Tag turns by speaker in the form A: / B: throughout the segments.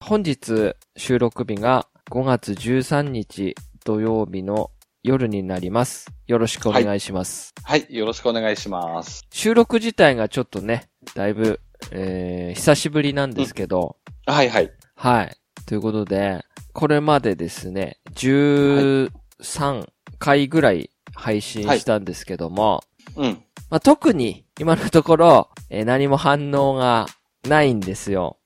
A: 本日収録日が5月13日土曜日の夜になります。よろしくお願いします。
B: はい、よろしくお願いします。
A: 収録自体がちょっとね、だいぶ、えー、久しぶりなんですけど、
B: はいはい。
A: はい。ということで、これまでですね、13回ぐらい配信したんですけども、
B: うん。
A: まあ、特に今のところ、えー何も反応がないんですよ。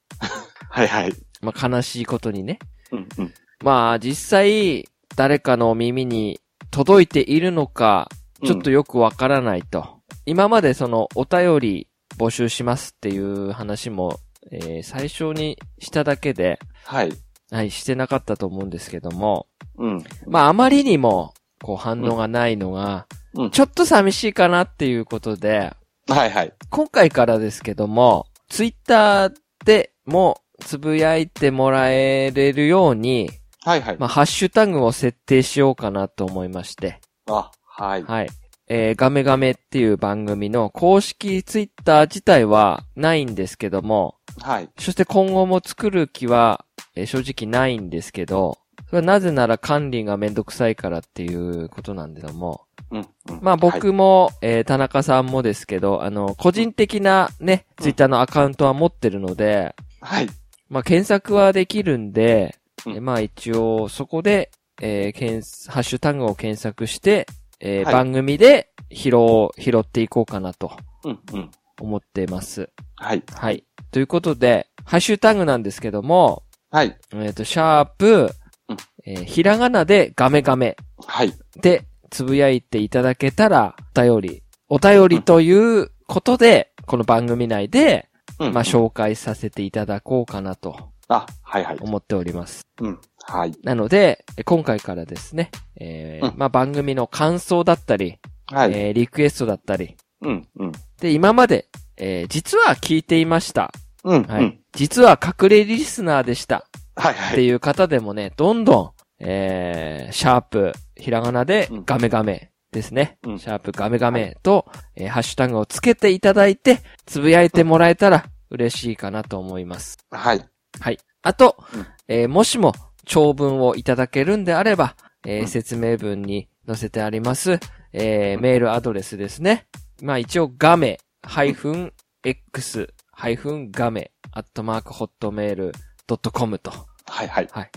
B: はいはい。
A: まあ、悲しいことにね。
B: うんうん。
A: まあ、実際、誰かの耳に届いているのか、ちょっと
B: うん
A: よくわからないと。今までその、お便り募集しますっていう話も、えー最初にしただけで、
B: はい。
A: はい、してなかったと思うんですけども、
B: うん。
A: まあ、あまりにも、こう、反応がないのが、
B: うん
A: ちょっと寂しいかなっていうことで、
B: はいはい。
A: 今回からですけども、ツイッターでもつぶやいてもらえれるように、
B: はいはい。
A: まあ、ハッシュタグを設定しようかなと思いまして、
B: あ、はい。
A: はい。えーガメガメっていう番組の公式ツイッター自体はないんですけども、
B: はい。
A: そして今後も作る気は、えー正直ないんですけど、それはなぜなら管理がめんどくさいからっていうことなんだけども、
B: うんうん。
A: まあ
B: はい。
A: 僕も、えー田中さんもですけど、あの、個人的なね、
B: うん
A: ツイッターのアカウントは持ってるので、
B: はい。
A: まあ検索はできるんで、
B: うん
A: えまあ一応そこで、えー検索ハッシュタグを検索して、えー
B: はい
A: 番組で拾おう、拾っていこうかなと
B: うんうん。
A: 思ってます。
B: はい。
A: はい。ということで、ハッシュタグなんですけども、
B: はい。
A: えっ、と、シャープ、
B: うん
A: えーひらがなでガメガメ
B: はい。
A: でつぶやいていただけたら、お便り、お便りということで、この番組内で、
B: うん。
A: まあ、紹介させていただこうかなと
B: あ、はいはい。
A: 思っております。
B: うん。はい。
A: なので、え今回からですね、えー
B: うん
A: まあ、番組の感想だったり、
B: はい。
A: えーリクエストだったり、
B: うんうん。
A: で、今まで、えー実は聞いていました。
B: うんうん。
A: はい。実は隠れリスナーでした。
B: はい
A: っ
B: は
A: て
B: い。
A: いう方でもね、どんどん、えー、シャープ、ひらがなで
B: うん、
A: ガメガメですね。
B: うん
A: シャープ、ガメガメと、えーハッシュタグをつけていただいて、つぶやいてもらえたら嬉しいかなと思います。
B: はい。
A: はい。あと
B: うん、
A: えーもしも、長文をいただけるんであれば、えー
B: うん
A: 説明文に載せてあります、えーメールアドレスですね。まあ一応、ガメ、ハイフン、X、ハイフン、ガメ、アットマーク、ホットメール、ドットコムと。
B: はいはい。
A: はい。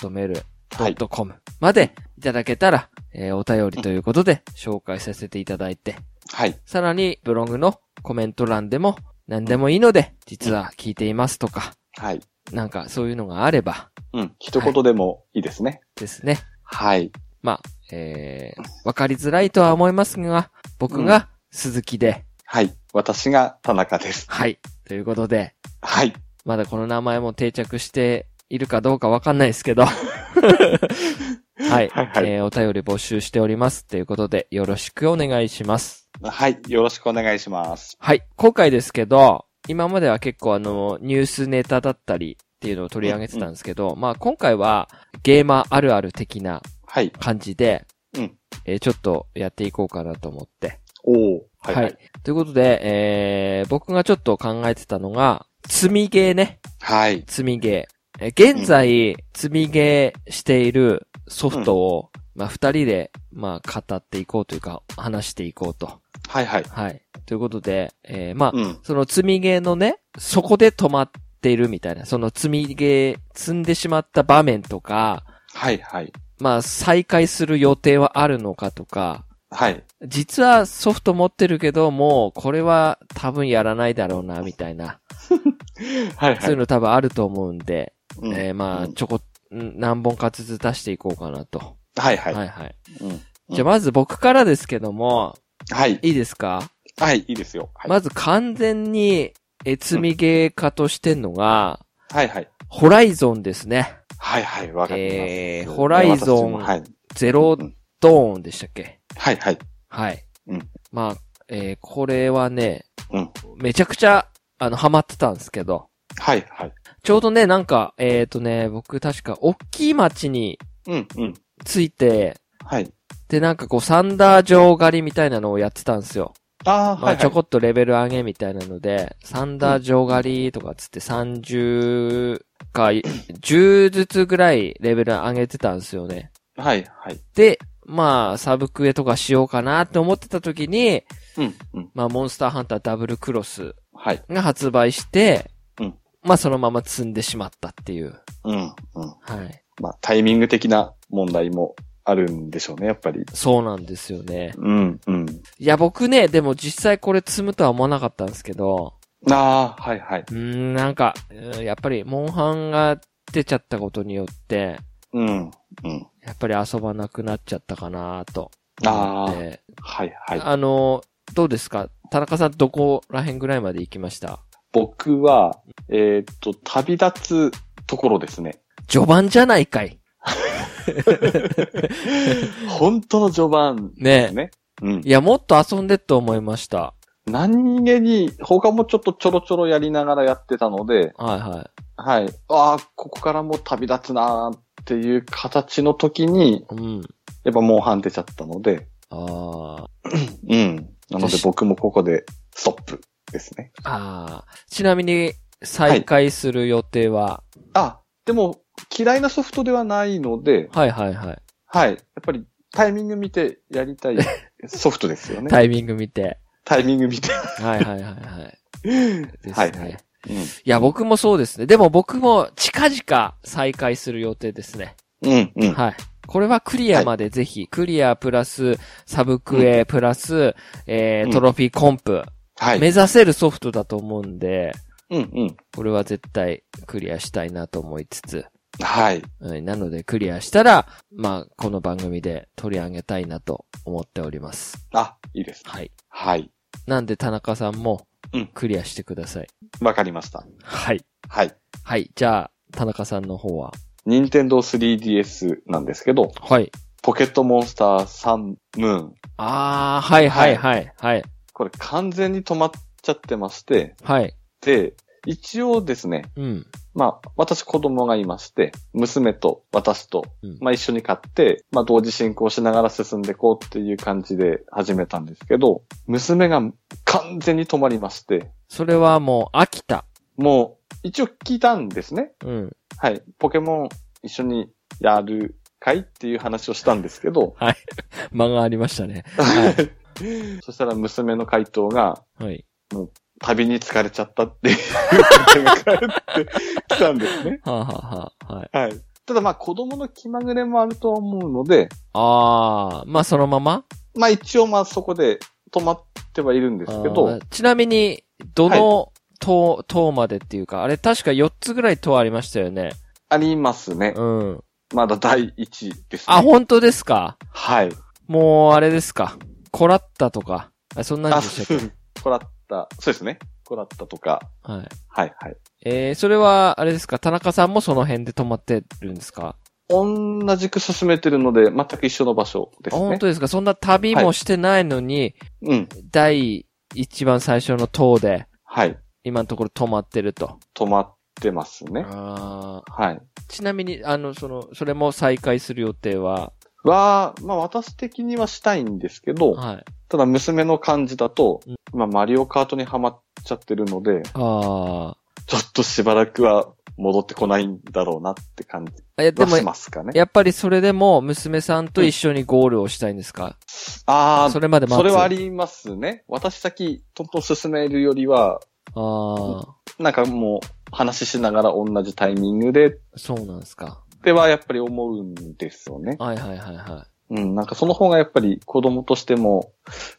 A: game-x-game-hotmail.com までいただけたら、えーお便りということで紹介させていただいて、
B: はい。
A: さらにブログのコメント欄でも何でもいいので、実は聞いていますとか、
B: はい。
A: なんかそういうのがあれば
B: うん。一言でもいいですね。
A: ですね。
B: はい。
A: まあ、えー、わかりづらいとは思いますが、僕が鈴木で、
B: はい。私が田中です。
A: はい。ということで、
B: はい。
A: まだこの名前も定着しているかどうかわかんないですけど。はい。
B: はいはい
A: えーお便り募集しております。ということで、よろしくお願いします。
B: はい。よろしくお願いします。
A: はい。今回ですけど、今までは結構あの、ニュースネタだったりっていうのを取り上げてたんですけど、まあ今回はゲーマーあるある的な
B: はい。
A: 感じで、
B: うん
A: えーちょっとやっていこうかなと思って。
B: おお。はいはい。
A: ということで、えー、僕がちょっと考えてたのが、積みゲーね。
B: はい。
A: 積みゲー。え現在、積みゲーしているソフトを、まあ、二人で、まあ、語っていこうというか、話していこうと。
B: はいはい。
A: はい。ということで、えーまあ、
B: うん。
A: その積みゲーのね、そこで止まっているみたいな、その積みゲー、積んでしまった場面とか、
B: はいはい。
A: まあ、再開する予定はあるのかとか、
B: はい。
A: 実はソフト持ってるけど、もう、これは多分やらないだろうな、みたいな。そう
B: はいはい
A: いうの多分あると思うんで、
B: うん。
A: えーまあ、
B: うん
A: ちょこ、ん何本かずつ出していこうかなと。
B: はいは。
A: はいいはい。
B: うん
A: じゃあまず僕からですけども、
B: はい。
A: いいですか、
B: はい。いいですよ。はい。
A: まず完全に、え、積みゲー化としてんのが、
B: はいはい。
A: ホライゾンですね。
B: はいはい。わかります。
A: えーホライゾン
B: 私もはい。
A: ゼロ
B: うん
A: ドーンでしたっけ
B: はいはい。
A: はい。
B: うん
A: まあ、えーこれはね、
B: うん
A: めちゃくちゃ、あの、ハマってたんですけど、
B: はいはい。
A: ちょうどね、なんか、えっ、とね、僕確か、大きい町に
B: うんうん。
A: 着いて、
B: はい。
A: で、なんかこう、サンダー城狩りみたいなのをやってたんですよ。
B: ああ、
A: ま
B: は
A: あ、
B: い、
A: ちょ
B: は
A: こっとレベル上げみたいなので、サンダー上狩りとかつって30か、10ずつぐらいレベル上げてたんですよね。
B: い。はい、はい。
A: で、まあ、サブクエとかしようかなって思ってた時に、
B: うん、うん。
A: まあ、モンスターハンターダブルクロス
B: はい。
A: が発売して、
B: うん
A: まあ、そのまま積んでしまったっていう。
B: うん、うん。
A: はい。
B: まあ、タイミング的な問題もあるんでしょうね、やっぱり。
A: そうなんですよね。
B: うん、うん。
A: いや、僕ね、でも実際これ積むとは思わなかったんですけど、
B: ああ、はい、はい。
A: うーん、なんか、うんやっぱり、モンハンが出ちゃったことによって、
B: うん、うん。
A: やっぱり遊ばなくなっちゃったかなと
B: あ
A: 思
B: あ
A: っ、て。
B: はい、はい。
A: あの、どうですか田中さんどこら辺ぐらいまで行きました
B: 僕は、えーっと、旅立つところですね。
A: 序盤じゃないかい。
B: 本当の序盤です
A: ね
B: ね。うん
A: え。い。や、もっと遊んでって思いました。
B: 何気に、他もちょっとちょろちょろやりながらやってたので、
A: はいは
B: はい。ああ、ここからもう旅立つなーっていう形の時に、
A: い。うん。
B: やっぱモンハン出ちゃったので、
A: あ
B: うん。なので
A: 私
B: 僕もここでストップですね。
A: あ。ああ。ちなみに、再開する予定は、
B: あ、でも嫌いなソフトではないので、
A: はい、はいはい。
B: はい。やっぱりタイミング見てやりたいソフトですよね。
A: タイミング見て。
B: タイミング見て。
A: はいはいはいはい。ですね。
B: はいいはい
A: いや、僕もそうですね。でも僕も近々再開する予定ですね。
B: うん。うん、うん。
A: はい。これはクリアまでぜひ、クリアプラス、サブクエプラス、え
B: う
A: ー、
B: ん
A: トロフィーコンプ、
B: はい。
A: 目指せるソフトだと思うんで、
B: うん、うん。
A: これは絶対クリアしたいなと思いつつ、
B: はい。
A: うんなのでクリアしたら、まあ、この番組で取り上げたいなと思っております。
B: あ、いいです。
A: はい。
B: はい。
A: なんで田中さんも
B: うん、
A: クリアしてください。
B: わかりました。
A: はい。
B: はい。
A: はい。じゃあ、田中さんの方は
B: 任天堂 3DS なんですけど、
A: はい。
B: ポケットモンスターサンムーン。
A: あー、はいはいはい。はい。
B: これ完全に止まっちゃってまして、
A: はい。
B: で、一応ですね、
A: うん。
B: まあ、私子供がいまして、娘と私と
A: うん、
B: まあ一緒に買って、まあ同時進行しながら進んでいこうっていう感じで始めたんですけど、娘が完全に止まりまして、
A: それはもう飽きた。
B: もう一応聞いたんですね。
A: うん。
B: はい。ポケモン一緒にやるかいっていう話をしたんですけど、
A: 間がありましたね。は
B: そしたら娘の回答が、
A: はい。
B: 旅に疲れちゃったっていうことが返ってきたんですね。
A: はあ、はあはあ、はい。
B: はい。ただまあ子供の気まぐれもあるとは思うので、
A: あー、まあそのまま
B: まあ一応まあそこで止まってはいるんですけ
A: あ
B: ど、
A: ーちなみに、どの塔、塔までっていうか、あれ確か4つぐらい塔ありましたよね。
B: ありますね。
A: うん。
B: まだ第一ですね。
A: あ、本当ですか
B: はい。
A: もう、あれですか。コラッタとか。あ、そんなん
B: あ、
A: でした
B: そ
A: っ
B: う コラッタ、そうですね。コラッタとか、
A: けはい。
B: はいはい。
A: えー、それは、あれですか、田中さんもその辺で止まってるんですか
B: 同じく進めてるので、全く一緒の場所ですね。
A: 本当ですかそんな旅もしてないのに、
B: うん。
A: 第一番最初の塔で、
B: はい。
A: 今のところ止まってると。
B: 止まってますね。
A: あー
B: はい。
A: ちなみに、あの、その、それも再開する予定は、
B: は、まあ私的にはしたいんですけど、
A: はい。
B: ただ娘の感じだと
A: うん、
B: まあマリオカートにハマっちゃってるので、
A: あ
B: ちょっとしばらくは戻ってこないんだろうなって感じ
A: あ。え、で
B: は
A: も
B: し、ますかね。
A: やっぱりそれでも、娘さんと一緒にゴールをしたいんですか、
B: ああ、
A: それまで待つ。
B: それはあ。りますね。私先、とんとん進めるよりは、
A: ああ、
B: なんかもう話しながら同じタイミングでっ
A: そうなんですか。
B: てはやっぱり思うんですよね。
A: はいはいはいは
B: うん、なんかその方がやっぱり子供としても、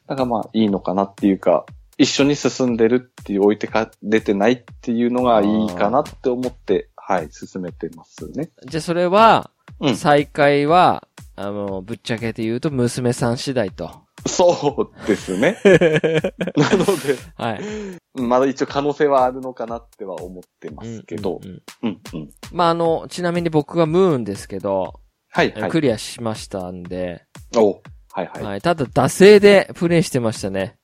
B: なんかまあいいのかなっていうか、一緒に進んでるっていう、置いてかれてないっていうのがいいかなって思って、はい、進めてますね。
A: い。じゃあそれは、
B: うん。
A: 再開は、あの、ぶっちゃけて言うと娘さん次第と。
B: そうですね。なので、
A: はい。
B: うんまだ一応可能性はあるのかなっては思ってますけど
A: うん。うんうん
B: うん、うん。
A: まあ、あの、ちなみに僕はムーンですけど、
B: はい、はい。
A: クリアしましたんで、
B: おはい、
A: はい、
B: はい。
A: ただ、惰性でプレイしてました ね。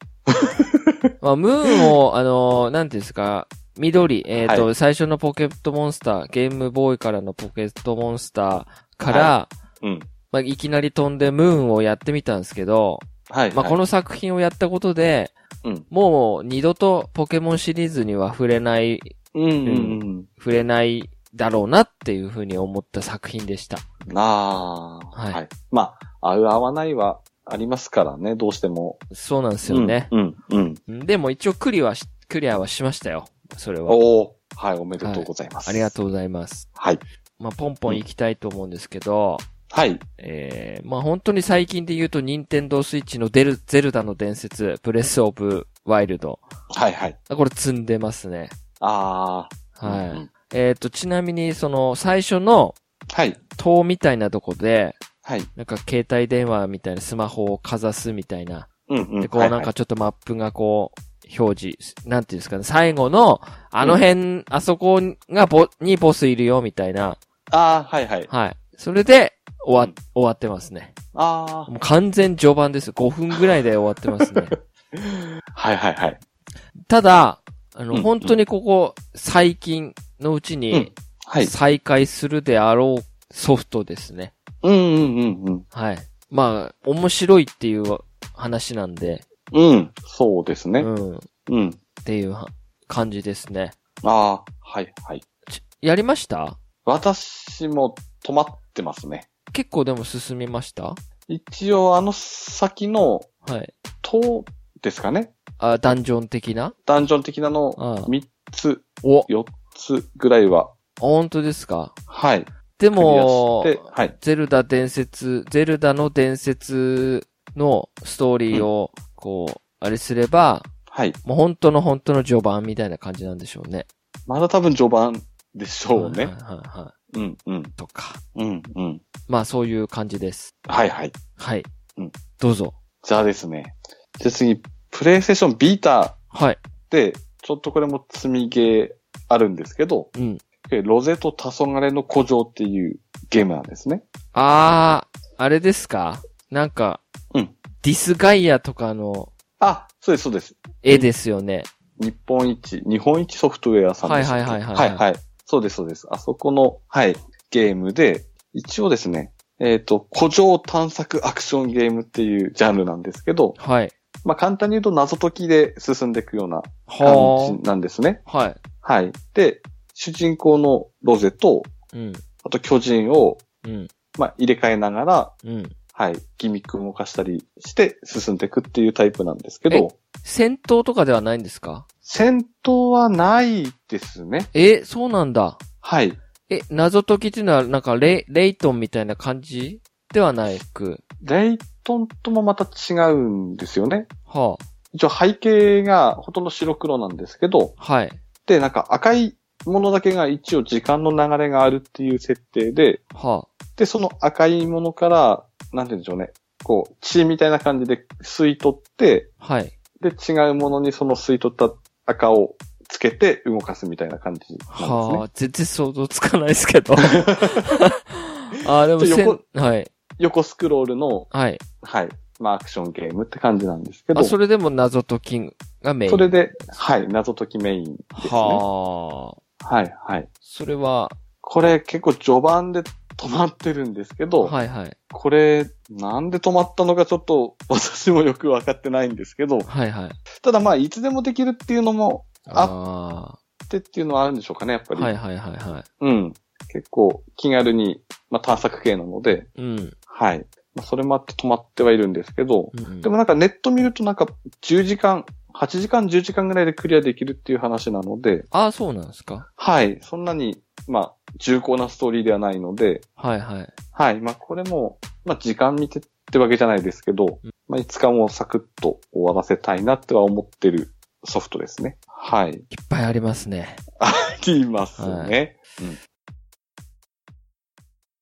A: まあ、ムーンを、あの、なんていうんですか、緑、えっ、と、
B: は
A: 最初のポケットモンスター、ゲームボーイからのポケットモンスターから、
B: うん。
A: まあ、いきなり飛んでムーンをやってみたんですけど、
B: は い。
A: まあ、
B: はい
A: こ、の作品をやったことで、
B: うん。
A: もう二度とポケモンシリーズには触れない、
B: うんうんうん。
A: 触れないだろうなっていうふうに思った作品でした。
B: ああ、
A: は
B: はいい、まあ、合う合わないはありますからね、どうしても。
A: そうなんですよね。
B: うん、うん。うん
A: でも一応クリはし、クリアはしましたよ。それは。
B: おおはい、おめでとうございます。
A: ありが
B: う。
A: とうございます。
B: はい。
A: まあ、ポンポン行きたいと思うんですけど、
B: はい。
A: えー、まあ、本当に最近で言うと、任天堂スイッチのデル、ゼルダの伝説、ブレスオブワイルド。
B: はい、はい。
A: これ積んでますね。
B: ああ。
A: はい。
B: うんうん
A: えっ、と、ちなみに、その、最初の
B: はい。
A: 塔みたいなとこで、
B: はい。
A: なんか携帯電話みたいなスマホをかざすみたいな。
B: うん、うん。
A: で、こうなんかちょっとマップがこう、表示、なんていうんですかね、最後の、あの辺、あそこがボ、にボスいるよみたいな。
B: ああ、はい、はい。
A: はい。それで、終わ
B: う、
A: 終わってますね。
B: ああ。
A: もう完全序盤です。5分ぐらいで終わってます ね。
B: はい、はい、はい。
A: ただ、あの、
B: うん
A: 本当にここ、最近のうちに、
B: はい。
A: 再開するであろうソフトですね。
B: うん、うん、うん、
A: はい。まあ、面白いっていう話なんで、
B: うん。うん。そうです
A: う
B: ね。
A: ん。っ
B: うん。
A: ていうは感じですね。
B: ああ、はい、はい。
A: ちやりました
B: 私も止まってますね。
A: 結構でも進みました
B: 一応、あの先の
A: はい。
B: 塔ですかね。
A: あ、ダンジョン的な
B: ダンジョン的なの
A: ああ
B: 3つ、
A: お、
B: 4つぐらいは、
A: 本当ですか
B: はい。
A: で
B: クリアし
A: も、
B: て、はい。
A: ゼルダ伝説、ゼルダの伝説のストーリーを、こう、あれすれば、
B: はい。
A: もう本当の本当の序盤みたいな感じなんでしょうね。
B: まだ多分序盤でしょう
A: はい
B: ね。
A: はいはいは
B: うん、うん
A: い。、とか。
B: うん、うん。
A: まあそういう感じです。
B: はい、はい。
A: はい。
B: うん
A: どうぞ。
B: じゃあですね。じゃあ次、プレイステーションビータ
A: はい。
B: ーで、ちょっとこれも積みゲーあるんですけど、
A: うん。
B: えロゼと黄昏の古城っていうゲームなんですね。
A: あー、あれですかなんか、
B: うん
A: ディスガイアとかの
B: あ、そうです、そうです。
A: 絵ですよね。
B: 日本一、日本一ソフトウェアさんです。
A: はいはいはいは
B: はいいはい。そうです、そうです。あそこの、はい、ゲームで、一応ですね、えっ、と、古城探索アクションゲームっていうジャンルなんですけど、
A: はい。
B: まあ簡単に言うと謎解きで進んでいくような感
A: は
B: じなんですね。
A: あ。はい。
B: はい。で、主人公のロゼと、
A: うん。
B: あと巨人を、
A: うん。
B: まあ入れ替えながら、
A: うん。
B: はい、ギミックを動かしたりして進んでいくっていうタイプなんですけ
A: え
B: ど、
A: 戦闘とかではないんですか
B: 戦闘はないですね。
A: え、そうなんだ。
B: はい。
A: え、謎解きっていうのは、なんかレイ、レイトンみたいな感じではないく。
B: レイトンともまた違うんですよね。
A: は
B: 一応背景がほとんど白黒なんですけど、
A: あ。はい。
B: で、なんか赤いものだけが一応時間の流れがあるっていう設定で、
A: は
B: で、その赤いものから、なんて言うんでしょうね、こう、血みたいな感じで吸い取って、
A: あ。はい。
B: で、違うものにその吸い取った赤をつけて動かすみたいな感じなんですね。
A: はあ。全然想像つかないです けど。ああ、でも
B: ちょ
A: せん
B: 横、
A: はい。
B: 横スクロールの、
A: はい。
B: はい、まあアクションゲームって感じなんですけど、
A: あ、それでも謎解きがメイン。
B: それで、はい、謎解きメインですね。
A: はあ。
B: はい、はい。
A: それは、
B: これ結構序盤で止まってるんですけど、
A: はいはい。
B: これなんで止まったのかちょっと 私もよくわかってないんですけど、
A: はいはい。
B: ただまあいつでもできるっていうのも
A: あ
B: あってっていうのはあるんでしょうかね、やっぱ
A: あー。
B: り。
A: はいはいはいは
B: うん。結構気軽に、まあ探索系なので、
A: い。うん。
B: はい。まあそれもあって止まってはいるんですけど、
A: うん
B: でもなんかネット見るとなんか10時間、8時間10時間ぐらいでクリアできるっていう話なので、
A: ああ、そうなんですか
B: はい。そんなに、まあ、重厚なストーリーではないので、
A: はいはい。
B: はい。まあ、これも、まあ、時間見てってわけじゃないですけど、
A: うん
B: まあ、いつかもうサクッと終わらせたいなっては思ってる ソフトですね。はい。
A: いっぱいありますね。
B: ありますね。